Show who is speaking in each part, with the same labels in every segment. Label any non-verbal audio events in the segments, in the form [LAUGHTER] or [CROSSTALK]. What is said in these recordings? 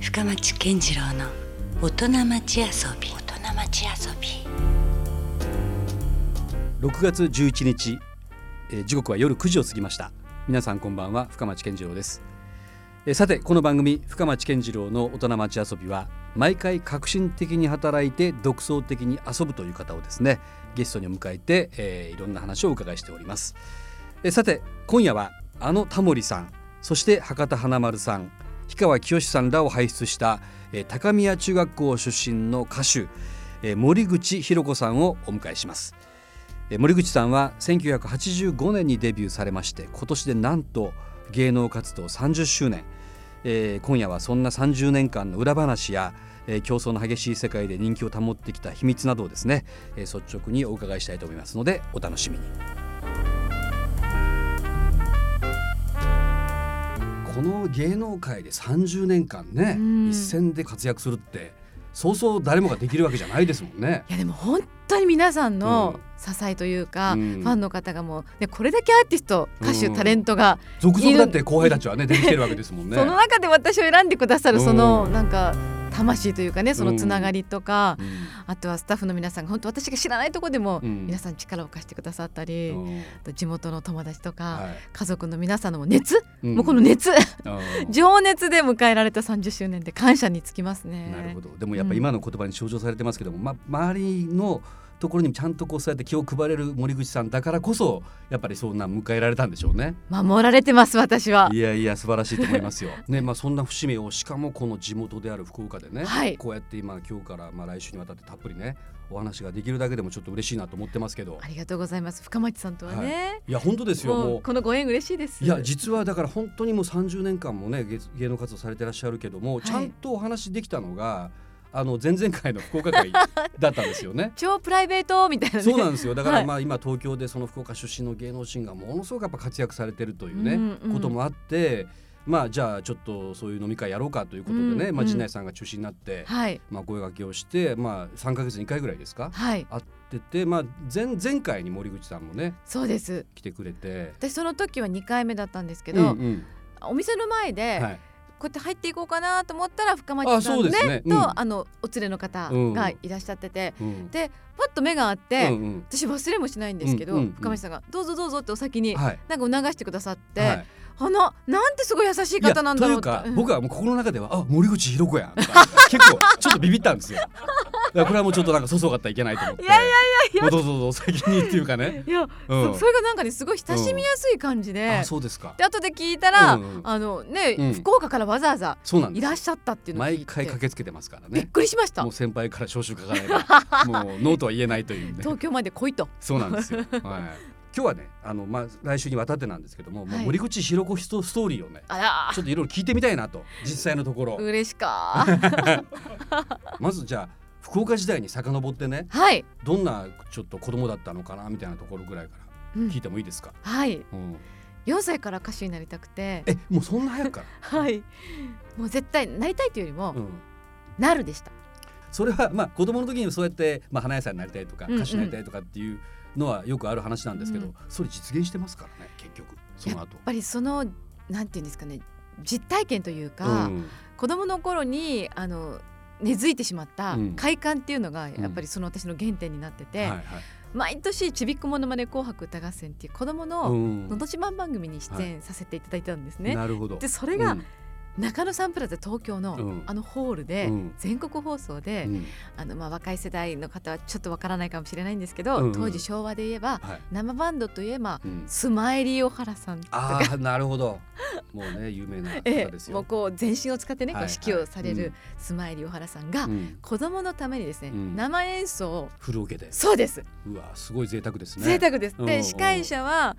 Speaker 1: 深町健次郎の大人町遊び大人町遊び
Speaker 2: 6月11日、えー時刻は夜9時を過ぎました皆さんこんばんは深町健次郎です、えーさてこの番組深町健次郎の大人町遊びは毎回革新的に働いて独創的に遊ぶという方をですねゲストに迎えて、えーいろんな話をお伺いしております、えーさて今夜はあのタモリさんそして博多華丸さん氷川きよしさんらを輩出した、えー高宮中学校出身の歌手、えー森口博子さんをお迎えしますえー森口さんは1985年にデビューされまして今年でなんと芸能活動30周年、えー今夜はそんな30年間の裏話や、えー競争の激しい世界で人気を保ってきた秘密などをですね、えー率直にお伺いしたいと思いますのでお楽しみにこの芸能界で30年間ね、
Speaker 3: うん。
Speaker 2: 一戦で活躍するってそうそう誰もができるわけじゃないですもんね
Speaker 3: いやでも本当に皆さん
Speaker 2: う
Speaker 3: の
Speaker 2: ん
Speaker 3: 支えというか、
Speaker 2: うん
Speaker 3: ファンの方がもう、ね、これだけアーティスト歌手、
Speaker 2: うん
Speaker 3: タレントが、
Speaker 2: 続々だって後輩たちはねできてるわけですもんね。
Speaker 3: [LAUGHS] その中で私を選んでくださる
Speaker 2: うん
Speaker 3: その、なんか魂というかねそのつながりとか、あとはスタッフの皆さんが本当私が知らないとこでも
Speaker 2: うん
Speaker 3: 皆さん力を貸してくださった
Speaker 2: う
Speaker 3: り、
Speaker 2: んうん
Speaker 3: あと地元の友達とか、
Speaker 2: は
Speaker 3: 家族の皆さんのもう熱、
Speaker 2: い
Speaker 3: もうこの
Speaker 2: [LAUGHS]
Speaker 3: 熱
Speaker 2: うん
Speaker 3: 情熱で迎えられた30周年で感謝につきますね。
Speaker 2: なるほどでもやっぱ今の言葉に象徴されてますけども、ま、周りのところにちゃんとこうそうやって気を配れる森口さんだからこそやっぱりそんな迎えられたんでしょうね
Speaker 3: 守られてます私は。
Speaker 2: いやいや素晴らしいと思い
Speaker 3: [LAUGHS]
Speaker 2: ますよ、ねまあ、そんな節目をしかもこの地元である福岡でね、
Speaker 3: はい
Speaker 2: こうやって今今日からまあ来週にわたってたっぷりねお話ができるだけでもちょっと嬉しいなと思ってますけど
Speaker 3: ありがとうございます深町さんとはね。
Speaker 2: いや本当ですよ
Speaker 3: も
Speaker 2: もう
Speaker 3: うこのご縁嬉しいです。
Speaker 2: いや実はだから本当にもう30年間もね芸芸能活動されてらっしゃるけども、
Speaker 3: い
Speaker 2: ちゃんとお話できたのがあの前々回の福岡
Speaker 3: [LAUGHS]
Speaker 2: 会だったんですよね。
Speaker 3: 超プライベートみたいな、ね。
Speaker 2: そうなんですよだか
Speaker 3: は
Speaker 2: ら
Speaker 3: い
Speaker 2: まあ今東京でその福岡出身の芸能人がものすごくやっぱ活躍されてるという
Speaker 3: うん
Speaker 2: ね、
Speaker 3: うん
Speaker 2: こともあってまあじゃあちょっとそういう飲み会やろうかということでね、
Speaker 3: うん
Speaker 2: まあ、
Speaker 3: うん
Speaker 2: 陣内さんが中心になって、
Speaker 3: はい
Speaker 2: まあ、声掛けをして、まあ、3か月に1回ぐらいですか
Speaker 3: はい
Speaker 2: 会ってて、まあ、前前回に森口さんもね
Speaker 3: そうです。
Speaker 2: 来てくれて。
Speaker 3: 私その時は2回目だったんですけ
Speaker 2: う
Speaker 3: ど、
Speaker 2: んうん
Speaker 3: お店の前で、
Speaker 2: はい
Speaker 3: こうやって入っていこうかなと思ったら深
Speaker 2: あ
Speaker 3: 町さ
Speaker 2: そ
Speaker 3: ん
Speaker 2: う
Speaker 3: ね
Speaker 2: ですね。うん
Speaker 3: とあのお連れの方がいらっしゃってて、
Speaker 2: うん
Speaker 3: でパッと目があっ
Speaker 2: うん
Speaker 3: て、
Speaker 2: うん
Speaker 3: 私忘れもしないんですけど、
Speaker 2: うんうんうん
Speaker 3: 深町さんがどうぞどうぞってお先に、
Speaker 2: はい。
Speaker 3: なんか促してくださって、
Speaker 2: はい
Speaker 3: あのなんてすごい優しい
Speaker 2: いや
Speaker 3: 方なんだろう
Speaker 2: というか、
Speaker 3: ん
Speaker 2: 僕はもう心の中ではあ森口博子やんとか結構ちょっとビビったんですよ。だからこれはもうちょっとなんかそそがったらいけないと思って。
Speaker 3: いやい
Speaker 2: や
Speaker 3: いや
Speaker 2: どうぞどうぞお先にっていうかね。
Speaker 3: [LAUGHS] いや、
Speaker 2: うん
Speaker 3: そそれがなんかねすごい親しみやすい感じで、
Speaker 2: あそうですか。
Speaker 3: で後で聞いたら、
Speaker 2: うんうん
Speaker 3: あのね、
Speaker 2: うん
Speaker 3: 福岡からわざわざ
Speaker 2: そうなん
Speaker 3: い
Speaker 2: です
Speaker 3: らっ。しゃったっていうのを聞い
Speaker 2: 毎
Speaker 3: て
Speaker 2: 回駆けつけてますから
Speaker 3: びっ
Speaker 2: ね。
Speaker 3: くりしました
Speaker 2: もう先輩から招集かかな
Speaker 3: [LAUGHS]
Speaker 2: いから、もうノーとは言えないというね。
Speaker 3: 東京まで来いと
Speaker 2: そうなんですよ。はい。今日はね、あのまあ来週にわたってなんですけども、もう
Speaker 3: はい
Speaker 2: 森口博子ストストーリーをね、
Speaker 3: あ
Speaker 2: [LAUGHS] ちょっといろいろ聞いてみたいなと実際のところ
Speaker 3: ら。嬉し
Speaker 2: [LAUGHS]
Speaker 3: かー
Speaker 2: まずじゃあ福岡時代に遡ってね、
Speaker 3: はい、
Speaker 2: どんなちょっと子供だったのかなみたいなところぐらいから
Speaker 3: うん
Speaker 2: 聞いてもいいですか、
Speaker 3: はい
Speaker 2: うん
Speaker 3: 4歳から歌手になりたくて
Speaker 2: えもうそんな早くか
Speaker 3: はいもう絶対なりたいというよりも、
Speaker 2: ら、 [LAUGHS] うん、
Speaker 3: なるでした
Speaker 2: それはまあ子供の時にそうやって、まあ、花屋さんになりたいとか
Speaker 3: うんうん
Speaker 2: 歌手になりたいとかっていうのはよくある話なんですけど、
Speaker 3: うん
Speaker 2: それ実現してますからね結局その後
Speaker 3: やっぱりそのなんていうんですかね実体験というか、
Speaker 2: うん
Speaker 3: 子供の頃にあの根付いてしまった
Speaker 2: うん
Speaker 3: 快感っていうのがやっぱりその私の原点になってて、
Speaker 2: はいはい
Speaker 3: 毎年ちびっこものまね紅白歌合戦っていう子供の、
Speaker 2: うん
Speaker 3: のど自慢番組に出演させていただいたんですね。
Speaker 2: なるほど
Speaker 3: でそ
Speaker 2: そ
Speaker 3: れが中野サンプラザ東京の、
Speaker 2: うん
Speaker 3: あのホールで、
Speaker 2: うん
Speaker 3: 全国放送で、あのまあ若い世代の方はちょっとわからないかもしれないんですけど、
Speaker 2: うんうん
Speaker 3: 当時昭和で言えば
Speaker 2: はい
Speaker 3: 生バンドといえば、 [LAUGHS]
Speaker 2: うん、
Speaker 3: スマイリー・オハラさんと
Speaker 2: あ
Speaker 3: か。
Speaker 2: あなるほどもうね有名な方
Speaker 3: え
Speaker 2: です
Speaker 3: え、も
Speaker 2: よ
Speaker 3: う、こう全身を使ってね、こう
Speaker 2: はいはい
Speaker 3: 指揮をされ
Speaker 2: うん
Speaker 3: るスマイリー・オハラさんが、
Speaker 2: うん、
Speaker 3: 子供のためにですね、
Speaker 2: うん
Speaker 3: 生演奏を
Speaker 2: フルオケで
Speaker 3: そうです
Speaker 2: うわすごい贅沢ですね
Speaker 3: 贅沢です。
Speaker 2: うんうんう
Speaker 3: で
Speaker 2: ん
Speaker 3: 司会者は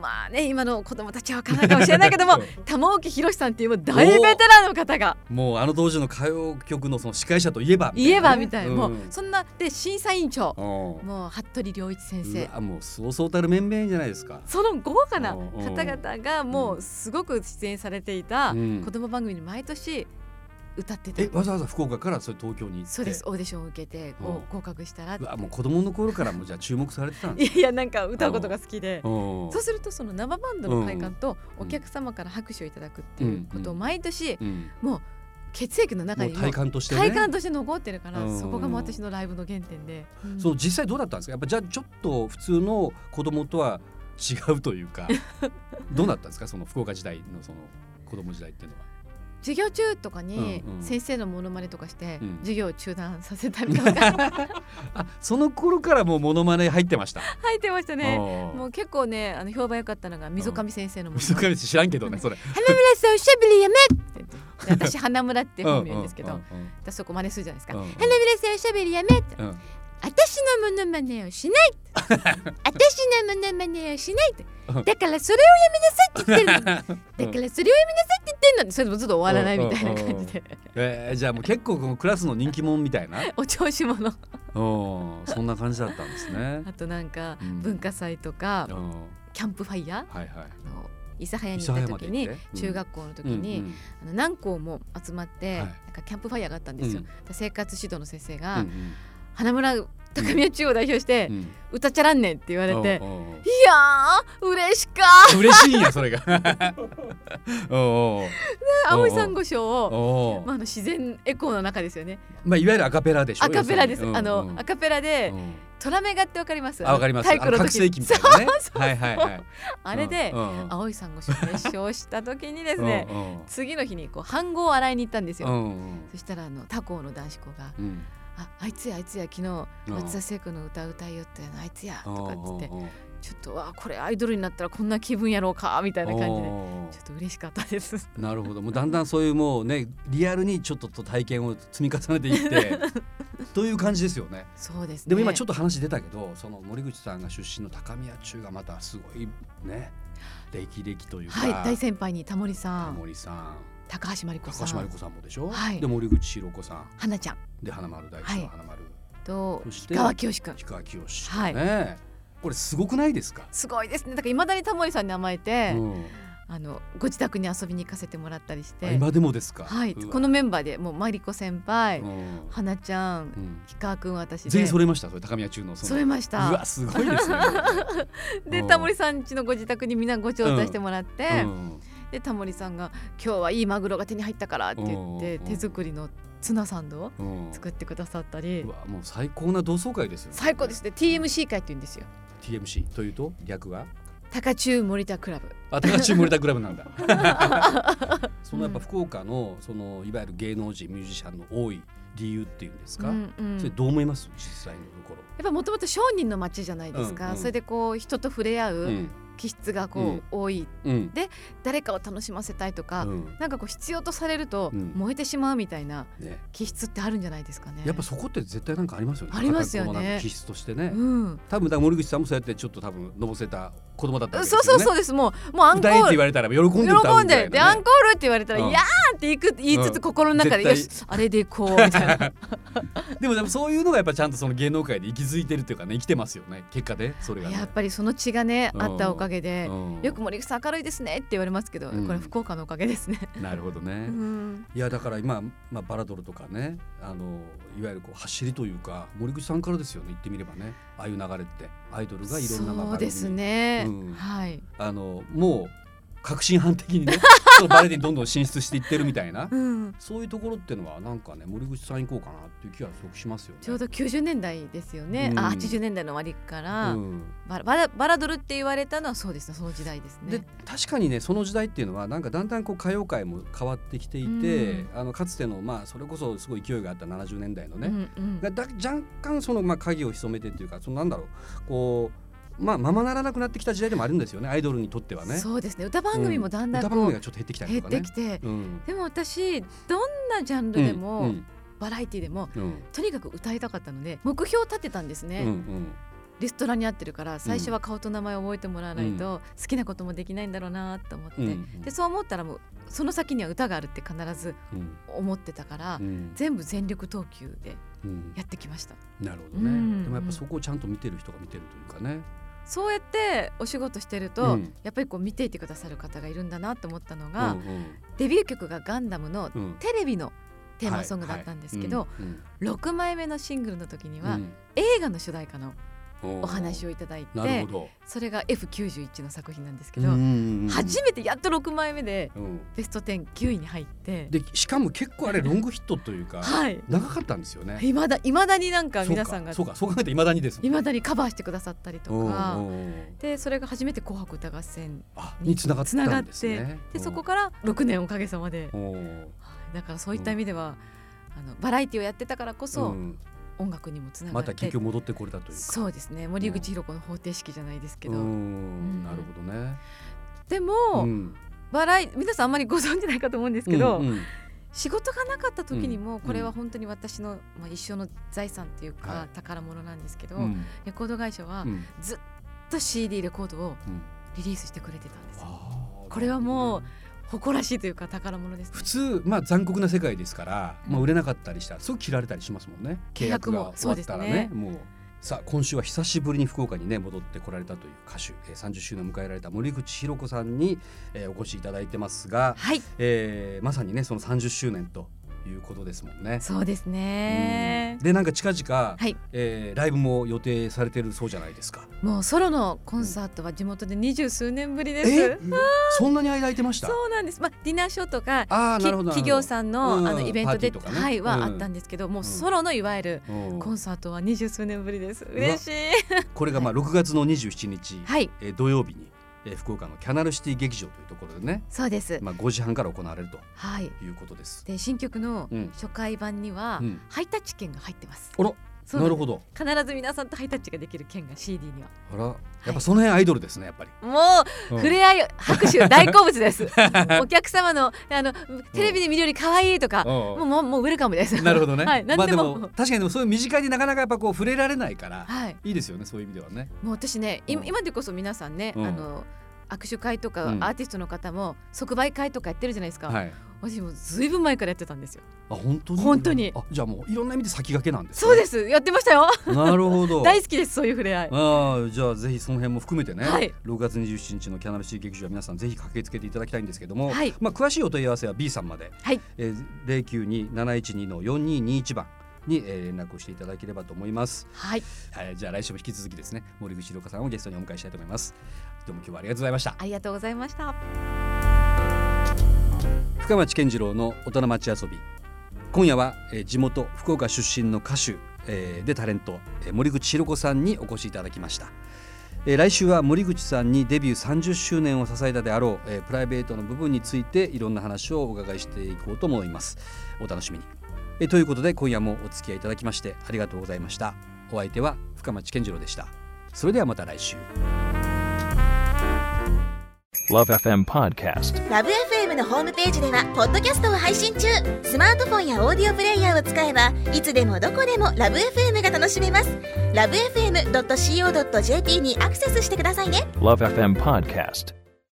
Speaker 3: まあね今の子供たちはわからないかもしれないけども玉置宏さんっていうもう大ベテランの方が
Speaker 2: もうあの当時の歌謡曲のその司会者といえば
Speaker 3: 言えばみたいな、も
Speaker 2: う
Speaker 3: うんそんなで審査委員長
Speaker 2: うん
Speaker 3: もう服部良一先生
Speaker 2: うわもうそうそうたる面々じゃないですか。
Speaker 3: その豪華な
Speaker 2: うんうん
Speaker 3: 方々がもうすごく出演されていた
Speaker 2: うん
Speaker 3: 子供番組に毎年歌ってて、
Speaker 2: えわざわざ福岡からそれ東京に行って。
Speaker 3: そうですオーディションを受けてこう合格したら、
Speaker 2: うわもう子供の頃からもうじゃあ注目されてたんで
Speaker 3: い
Speaker 2: す。
Speaker 3: やいやなんか歌うことが好きで。
Speaker 2: うん
Speaker 3: そうするとその生バンドの快感とお客様から拍手をいただくっていうことを毎年
Speaker 2: うん
Speaker 3: もう血液の中
Speaker 2: もう
Speaker 3: に
Speaker 2: 体感としてね
Speaker 3: 体感として残ってるから、
Speaker 2: うん
Speaker 3: そこがもう私のライブの原点で、うん
Speaker 2: そう実際どうだったんですかやっぱじゃあちょっと普通の子供とは違うという
Speaker 3: [LAUGHS]
Speaker 2: かどうだったんですかその福岡時代のその子供時代っていうのは。
Speaker 3: 授業中とかに
Speaker 2: うんうん
Speaker 3: 先生のモノマネとかして、
Speaker 2: うん
Speaker 3: 授業を中断させたりとか
Speaker 2: あその頃からもうモノマネ入ってました。
Speaker 3: 入ってましたね
Speaker 2: [LAUGHS] あー
Speaker 3: もう結構ねあの評判良かったのが溝上先生のモノ
Speaker 2: 水
Speaker 3: マネ
Speaker 2: 上知らんけどねそれ。
Speaker 3: 「花村さんおしゃべりやめ!」って
Speaker 2: [LAUGHS]
Speaker 3: 言って私花村っていう本名なんですけど、
Speaker 2: うんうん
Speaker 3: 私そこ真似するじゃないですか「
Speaker 2: うんう
Speaker 3: 花
Speaker 2: ん
Speaker 3: 村さんおしゃべりやめ!」って
Speaker 2: うんうん
Speaker 3: 私のモノマネをしない
Speaker 2: [LAUGHS]
Speaker 3: 私のモノマネをしないって
Speaker 2: うん
Speaker 3: だからそれをやめな
Speaker 2: [LAUGHS]
Speaker 3: さいって言ってるのだからそれをやめなさいって言ってるのにそれでもずっと終わらないみたいな感じで
Speaker 2: えー、じゃあもう結構このクラスの人気者みたいな
Speaker 3: [LAUGHS] お調子者
Speaker 2: うんそんな感じだったんですね。
Speaker 3: あとなんか
Speaker 2: うん
Speaker 3: 文化祭とか
Speaker 2: うん
Speaker 3: キャンプファイヤー
Speaker 2: はいはい。
Speaker 3: あの諫早に行った時に
Speaker 2: 諫早まで行ってうん
Speaker 3: 中学校の時に、
Speaker 2: うん
Speaker 3: あの何校も集まって、
Speaker 2: はい
Speaker 3: なんかキャンプファイヤーがあったんですよ、
Speaker 2: うん
Speaker 3: で生活指導の先生
Speaker 2: うん
Speaker 3: が、
Speaker 2: うん
Speaker 3: 花村高宮中を代表して、
Speaker 2: うん
Speaker 3: 歌っちゃらんねんって言われて、
Speaker 2: うんうんうん
Speaker 3: いやー嬉しか
Speaker 2: 嬉しいんやそれが。おうおう
Speaker 3: ー青い珊瑚礁を
Speaker 2: おう
Speaker 3: まあ、あの自然エコーの中ですよね。
Speaker 2: まあいわゆるアカペラでしょ。
Speaker 3: アカペラです。
Speaker 2: 要るに
Speaker 3: あの、
Speaker 2: うんうん
Speaker 3: アカペラで、
Speaker 2: うん
Speaker 3: トラメガってわかります。
Speaker 2: あわかります。
Speaker 3: 太鼓
Speaker 2: あ
Speaker 3: の
Speaker 2: 覚
Speaker 3: 時
Speaker 2: 醒器みたいなね。はいはいはい。
Speaker 3: あれで、
Speaker 2: うんうんうん
Speaker 3: 青い珊瑚礁を熱唱した時にですね。
Speaker 2: うんうん
Speaker 3: 次の日に、こう、飯盒を洗いに行ったんです
Speaker 2: う
Speaker 3: よ。
Speaker 2: んうん
Speaker 3: そしたら、あの、他校の男子校が、
Speaker 2: うん
Speaker 3: あ、あいつや、あいつや、昨日、
Speaker 2: うん
Speaker 3: 松田聖子の歌歌いよったよな、あいつや、とかっつって
Speaker 2: う。んうんうん
Speaker 3: ちょっと、わあ、これアイドルになったら、こんな気分やろうか、みたいな感じで。
Speaker 2: おう
Speaker 3: ちょっと嬉しかった
Speaker 2: [LAUGHS]
Speaker 3: です。
Speaker 2: なるほどもうだんだんそういうもうねリアルにちょっとと体験を積み重ねていって
Speaker 3: [LAUGHS]
Speaker 2: という感じですよね。
Speaker 3: そうです、ね。
Speaker 2: でも今ちょっ
Speaker 3: っ
Speaker 2: と話出たけどその森口さんが出身の高宮中がまたすごいね歴々というか、
Speaker 3: はい、大先輩にタモリさ
Speaker 2: タ
Speaker 3: ん、
Speaker 2: モリさん
Speaker 3: 高橋真理子さ
Speaker 2: 高橋真理
Speaker 3: ん、
Speaker 2: 子さんもでしょ、
Speaker 3: はい
Speaker 2: で森口博子さん
Speaker 3: 花ちゃん
Speaker 2: で花丸大
Speaker 3: は
Speaker 2: 地
Speaker 3: い
Speaker 2: の花丸、
Speaker 3: と
Speaker 2: そして
Speaker 3: 氷川きよし君。
Speaker 2: 氷川きよし、
Speaker 3: はい
Speaker 2: ねこれすごくないですか、
Speaker 3: すごいですね。だから未だにタモリさんに甘えて、
Speaker 2: うん
Speaker 3: あのご自宅に遊びに行かせてもらったりし
Speaker 2: あ
Speaker 3: て、
Speaker 2: 今でもですか
Speaker 3: はい、
Speaker 2: うわ
Speaker 3: このメンバーでもうマリコ先輩、
Speaker 2: うん
Speaker 3: 花ちゃ、
Speaker 2: うんん
Speaker 3: 氷川くん私で
Speaker 2: 全員揃えましたそれ高宮中のその
Speaker 3: 揃えまし
Speaker 2: うわ
Speaker 3: た。
Speaker 2: すごいですね
Speaker 3: で
Speaker 2: うん
Speaker 3: タモリさん家のご自宅にみんなご招待してもらって、
Speaker 2: うん
Speaker 3: でタモリさんが今日はいいマグロが手に入ったからって言っ
Speaker 2: う
Speaker 3: て
Speaker 2: ん
Speaker 3: 手作りのツナサンドを
Speaker 2: うん
Speaker 3: 作ってくださったり
Speaker 2: う。わもう最高な同窓会ですよね
Speaker 3: 最高ですね TMC 会って言うんですよ
Speaker 2: TMC というと略は
Speaker 3: 高中森田クラブ
Speaker 2: あ高橋森田クラブ
Speaker 3: [LAUGHS]
Speaker 2: なんだそのやっぱ福岡のそのいわゆる芸能人ミュージシャンの多い理由っていうんですか、
Speaker 3: うんうん
Speaker 2: それどう思います実際のところ
Speaker 3: やっぱもともと商人の街じゃないですか、
Speaker 2: うんうん
Speaker 3: それでこう人と触れ合う、
Speaker 2: うん
Speaker 3: 気質がこう、
Speaker 2: うん
Speaker 3: 多い
Speaker 2: うん
Speaker 3: 誰かを楽しませたいとか、
Speaker 2: うん
Speaker 3: なんかこう必要とされると
Speaker 2: うん
Speaker 3: 燃えてしまうみたいな
Speaker 2: ね、
Speaker 3: 気質ってあるんじゃないですかね。
Speaker 2: やっぱそこって絶対なんかありますよね
Speaker 3: ありますよね
Speaker 2: なんか気質としてね、
Speaker 3: うん、
Speaker 2: 多分だから森口さんもそうやってちょっと多分のぼせた子供だったわけです
Speaker 3: そ
Speaker 2: よ
Speaker 3: う
Speaker 2: ね
Speaker 3: そうそうですもうもうアンコ
Speaker 2: 歌えって
Speaker 3: ー
Speaker 2: 言
Speaker 3: ル
Speaker 2: われたら喜んで歌うみたいな、ね、
Speaker 3: 喜んででアンコールって言われたら「
Speaker 2: うん
Speaker 3: いやー!」って行く言いつ
Speaker 2: う
Speaker 3: つ
Speaker 2: ん
Speaker 3: 心の中で「
Speaker 2: 絶
Speaker 3: よ
Speaker 2: 対
Speaker 3: しあれで行こう」みたい
Speaker 2: [LAUGHS]
Speaker 3: な
Speaker 2: でもでもそういうのがやっぱちゃんとその芸能界で息づいてるっていうかね生きてますよね結果でそれがね
Speaker 3: やっぱりその血がね
Speaker 2: うん
Speaker 3: あったおかげで。
Speaker 2: うん
Speaker 3: よく森口さん明るいですねって言われますけど、
Speaker 2: うん
Speaker 3: これ福岡のおかげですね。
Speaker 2: なるほどね、
Speaker 3: うん
Speaker 2: いやだから今、まあ、バラドルとかねあのいわゆるこう走りというか森口さんからですよね言ってみればねああいう流れってアイドルがいろんなまあ
Speaker 3: そうです
Speaker 2: 番組
Speaker 3: ね、
Speaker 2: うん
Speaker 3: はい、
Speaker 2: あのもう革新犯的に
Speaker 3: [LAUGHS]
Speaker 2: ねそのバラエティにどんどん進出していってるみたいな
Speaker 3: うん、
Speaker 2: そういうところっていうのはなんかね森口さん行こうかなっていう気はすごくしますよね。
Speaker 3: ちょうど90年代ですよね、
Speaker 2: うん
Speaker 3: あ80年代の終わりから、
Speaker 2: うん
Speaker 3: バラバラバラドルって言われたのはそうですねその時代です
Speaker 2: で
Speaker 3: ね。
Speaker 2: 確かにねその時代っていうのはなんかだんだんこう歌謡界も変わってきていて、
Speaker 3: う
Speaker 2: あのかつてのまあそれこそすごい勢いがあった70年代のね、
Speaker 3: うんうん
Speaker 2: がだ若干そのまあ影を潜めてっていうかそのなんだろうこうまあままならなくなってきた時代でもあるんですよねアイドルにとってはね。
Speaker 3: そうですね歌番組もだんだん
Speaker 2: 歌
Speaker 3: こ
Speaker 2: 番
Speaker 3: う
Speaker 2: 組がちょっと減ってきたり
Speaker 3: 減
Speaker 2: と
Speaker 3: っ
Speaker 2: かね。
Speaker 3: てきて、
Speaker 2: うん
Speaker 3: でも私どんなジャンルでも、
Speaker 2: うん
Speaker 3: バラエティでも
Speaker 2: うんうん
Speaker 3: とにかく歌いたかったので目標を立てたんですね、
Speaker 2: うん
Speaker 3: リストラに合ってるから最初は顔と名前を覚えてもらわないと、好きなこともできないんだろうなと思って、
Speaker 2: うんうん
Speaker 3: でそう思ったらもうその先には歌があるって必ず
Speaker 2: うん
Speaker 3: 思ってたから、
Speaker 2: うん
Speaker 3: 全部全力投球で
Speaker 2: うん
Speaker 3: やってきました。
Speaker 2: なるほどね、
Speaker 3: うん
Speaker 2: でもやっぱそこをちゃんと見てる人が見てるというかね。
Speaker 3: そうやってお仕事してると、
Speaker 2: うん
Speaker 3: やっぱりこう見ていてくださる方がいるんだなと思ったの
Speaker 2: う
Speaker 3: が、
Speaker 2: んうん
Speaker 3: デビュー曲がガンダムの
Speaker 2: うん
Speaker 3: テレビのテーマソングだったんですけど、
Speaker 2: はいはいうん
Speaker 3: 6枚目のシングルの時に
Speaker 2: うん
Speaker 3: は、映画の主題歌の
Speaker 2: お
Speaker 3: お話をいただい
Speaker 2: なる
Speaker 3: て
Speaker 2: ほど。
Speaker 3: それが F91 の作品なんですけ
Speaker 2: う
Speaker 3: ど
Speaker 2: んうんうん
Speaker 3: 初めてやっと6枚目で
Speaker 2: うん
Speaker 3: ベスト109位に入って
Speaker 2: でしかも結構あれロングヒットというか
Speaker 3: はい
Speaker 2: 長かったんですよね。
Speaker 3: いまだいまだになんか
Speaker 2: そう
Speaker 3: 皆
Speaker 2: か
Speaker 3: さんが
Speaker 2: そうかそう考えていまだにですもん
Speaker 3: いまだにカバーしてくださったりと
Speaker 2: うん
Speaker 3: か
Speaker 2: うんうん
Speaker 3: でそれが初めて「紅白歌合戦
Speaker 2: あに繋がったんですね。
Speaker 3: で」そこから6年おかげさまで
Speaker 2: うんお
Speaker 3: だからそういった意味ではあのバラエティをやってたからこ
Speaker 2: ーう
Speaker 3: そ
Speaker 2: ん
Speaker 3: 音楽にもつなが
Speaker 2: ま
Speaker 3: ったて
Speaker 2: 結局戻ってこれたというか。
Speaker 3: そうですね森口博子の方程式じゃないですけ
Speaker 2: う
Speaker 3: ど
Speaker 2: んなるほどね。
Speaker 3: で
Speaker 2: う
Speaker 3: も
Speaker 2: ん
Speaker 3: バラエ皆さんあんまりご存知ないかと思うんですけど
Speaker 2: うんうん
Speaker 3: 仕事がなかった時に
Speaker 2: うん
Speaker 3: もこれは本当に私のまあ一生の財産っていう
Speaker 2: は
Speaker 3: か
Speaker 2: い
Speaker 3: 宝物なんですけど
Speaker 2: うん
Speaker 3: レコード会社は
Speaker 2: うん
Speaker 3: ずっと CD レコードを
Speaker 2: うん
Speaker 3: リリースしてくれてたんですよ
Speaker 2: あー
Speaker 3: これはもう誇らしいというか宝物ですね
Speaker 2: 普通まあ残酷な世界ですから、
Speaker 3: うん
Speaker 2: まあ売れなかったりしたらすぐ切られたりしますもんね。
Speaker 3: 契約も
Speaker 2: が終わったらね
Speaker 3: そうですね
Speaker 2: もうさあ今週は久しぶりに福岡にね戻ってこられたという歌手、えー、30周年を迎えられた森口博子さんに、えーお越しいただいてますが、
Speaker 3: はい
Speaker 2: えーまさにねその30周年ということですもんね。
Speaker 3: そうです
Speaker 2: うん
Speaker 3: ね
Speaker 2: でなんか近々、
Speaker 3: はい
Speaker 2: えーライブも予定されてるそうじゃないですか。
Speaker 3: もうソロのコンサートは地元で二十数年ぶりです
Speaker 2: えそんなに間空いてました。
Speaker 3: そうなんですまあディナーショーとか
Speaker 2: ああ
Speaker 3: き
Speaker 2: なるほどなるほど
Speaker 3: 企業さん
Speaker 2: うん
Speaker 3: のあのイベン
Speaker 2: パー
Speaker 3: トで
Speaker 2: ティーとかね
Speaker 3: はい
Speaker 2: うん
Speaker 3: はあったんですけどもうソロのいわゆる
Speaker 2: うん
Speaker 3: コンサートは二十数年ぶりです
Speaker 2: わ
Speaker 3: 嬉しい
Speaker 2: これがまあ6月の27日、
Speaker 3: はい
Speaker 2: えー土曜日に、えー福岡のキャナルシティ劇場というところでね、
Speaker 3: そうです
Speaker 2: まあ、5時半から行われると
Speaker 3: はい
Speaker 2: いうことです。
Speaker 3: で新曲の
Speaker 2: うん
Speaker 3: 初回版には
Speaker 2: うん
Speaker 3: ハイタッチ券が入ってます
Speaker 2: あら
Speaker 3: そう
Speaker 2: な
Speaker 3: な
Speaker 2: る
Speaker 3: んです
Speaker 2: ほど
Speaker 3: 必ず皆さんとハイタッチができる券が CD には
Speaker 2: あらやっぱその辺アイドルですねやっぱり。
Speaker 3: もう
Speaker 2: うん
Speaker 3: 触れ合い拍手大好物です
Speaker 2: [LAUGHS]
Speaker 3: お客様のあのテレビで見るより可愛いとか
Speaker 2: うん
Speaker 3: もうもうもうウェルカムです
Speaker 2: なるほどね。
Speaker 3: はい
Speaker 2: まあ
Speaker 3: 何
Speaker 2: で
Speaker 3: でも,、
Speaker 2: も確かにでもそういう身近になかなかやっぱこう触れられないから、
Speaker 3: はい
Speaker 2: いいですよねそういう意味ではね。
Speaker 3: もう私ね、
Speaker 2: う
Speaker 3: 今
Speaker 2: ん
Speaker 3: 今でこそ皆さんね、
Speaker 2: うん
Speaker 3: あの握手会とかア
Speaker 2: うん
Speaker 3: ーティストの方も即売会とかやってるじゃないですか、
Speaker 2: はい。
Speaker 3: 私もずいぶん前からやってたんですよ
Speaker 2: あ本当に。
Speaker 3: 本当に
Speaker 2: あじゃあもういろんな意味で先駆けなんです、ね。
Speaker 3: そうですやってましたよ
Speaker 2: す。なるほど。
Speaker 3: [LAUGHS] 大好きですそういう触れ合い
Speaker 2: ああじゃあぜひその辺も含めてね、
Speaker 3: はい
Speaker 2: 6月27日のキャナルシー劇場は皆さんぜひ駆けつけていただきたいんですけども、
Speaker 3: はい
Speaker 2: まあ、詳しいお問い合わせは B さんまで、
Speaker 3: はい
Speaker 2: えー、092-712-4221番に、えー連絡をしていただければと思います、
Speaker 3: はい
Speaker 2: はい、じゃあ来週も引き続きですね森口博子さんをゲストにお迎えしたいと思いますどうも今日はありがとうございました
Speaker 3: ありがとうございました
Speaker 2: 深町健次郎の大人町遊び今夜は、えー地元福岡出身の歌手、えーでタレント、えー森口博子さんにお越しいただきました、えー来週は森口さんにデビュー30周年を支えたであろう、えープライベートの部分についていろんな話をお伺いしていこうと思いますお楽しみに、えーということで今夜もお付き合いいただきましてありがとうございましたお相手は深町健次郎でしたそれではまた来週
Speaker 4: Love FM Podcast.
Speaker 5: ラブ f m のホームページではポッドキャストを配信中スマートフォンやオーディオプレイヤーを使えばいつでもどこでもラブ f m が楽しめますラブ FM.co.jp にアクセスしてくださいね
Speaker 4: Love FM Podcast.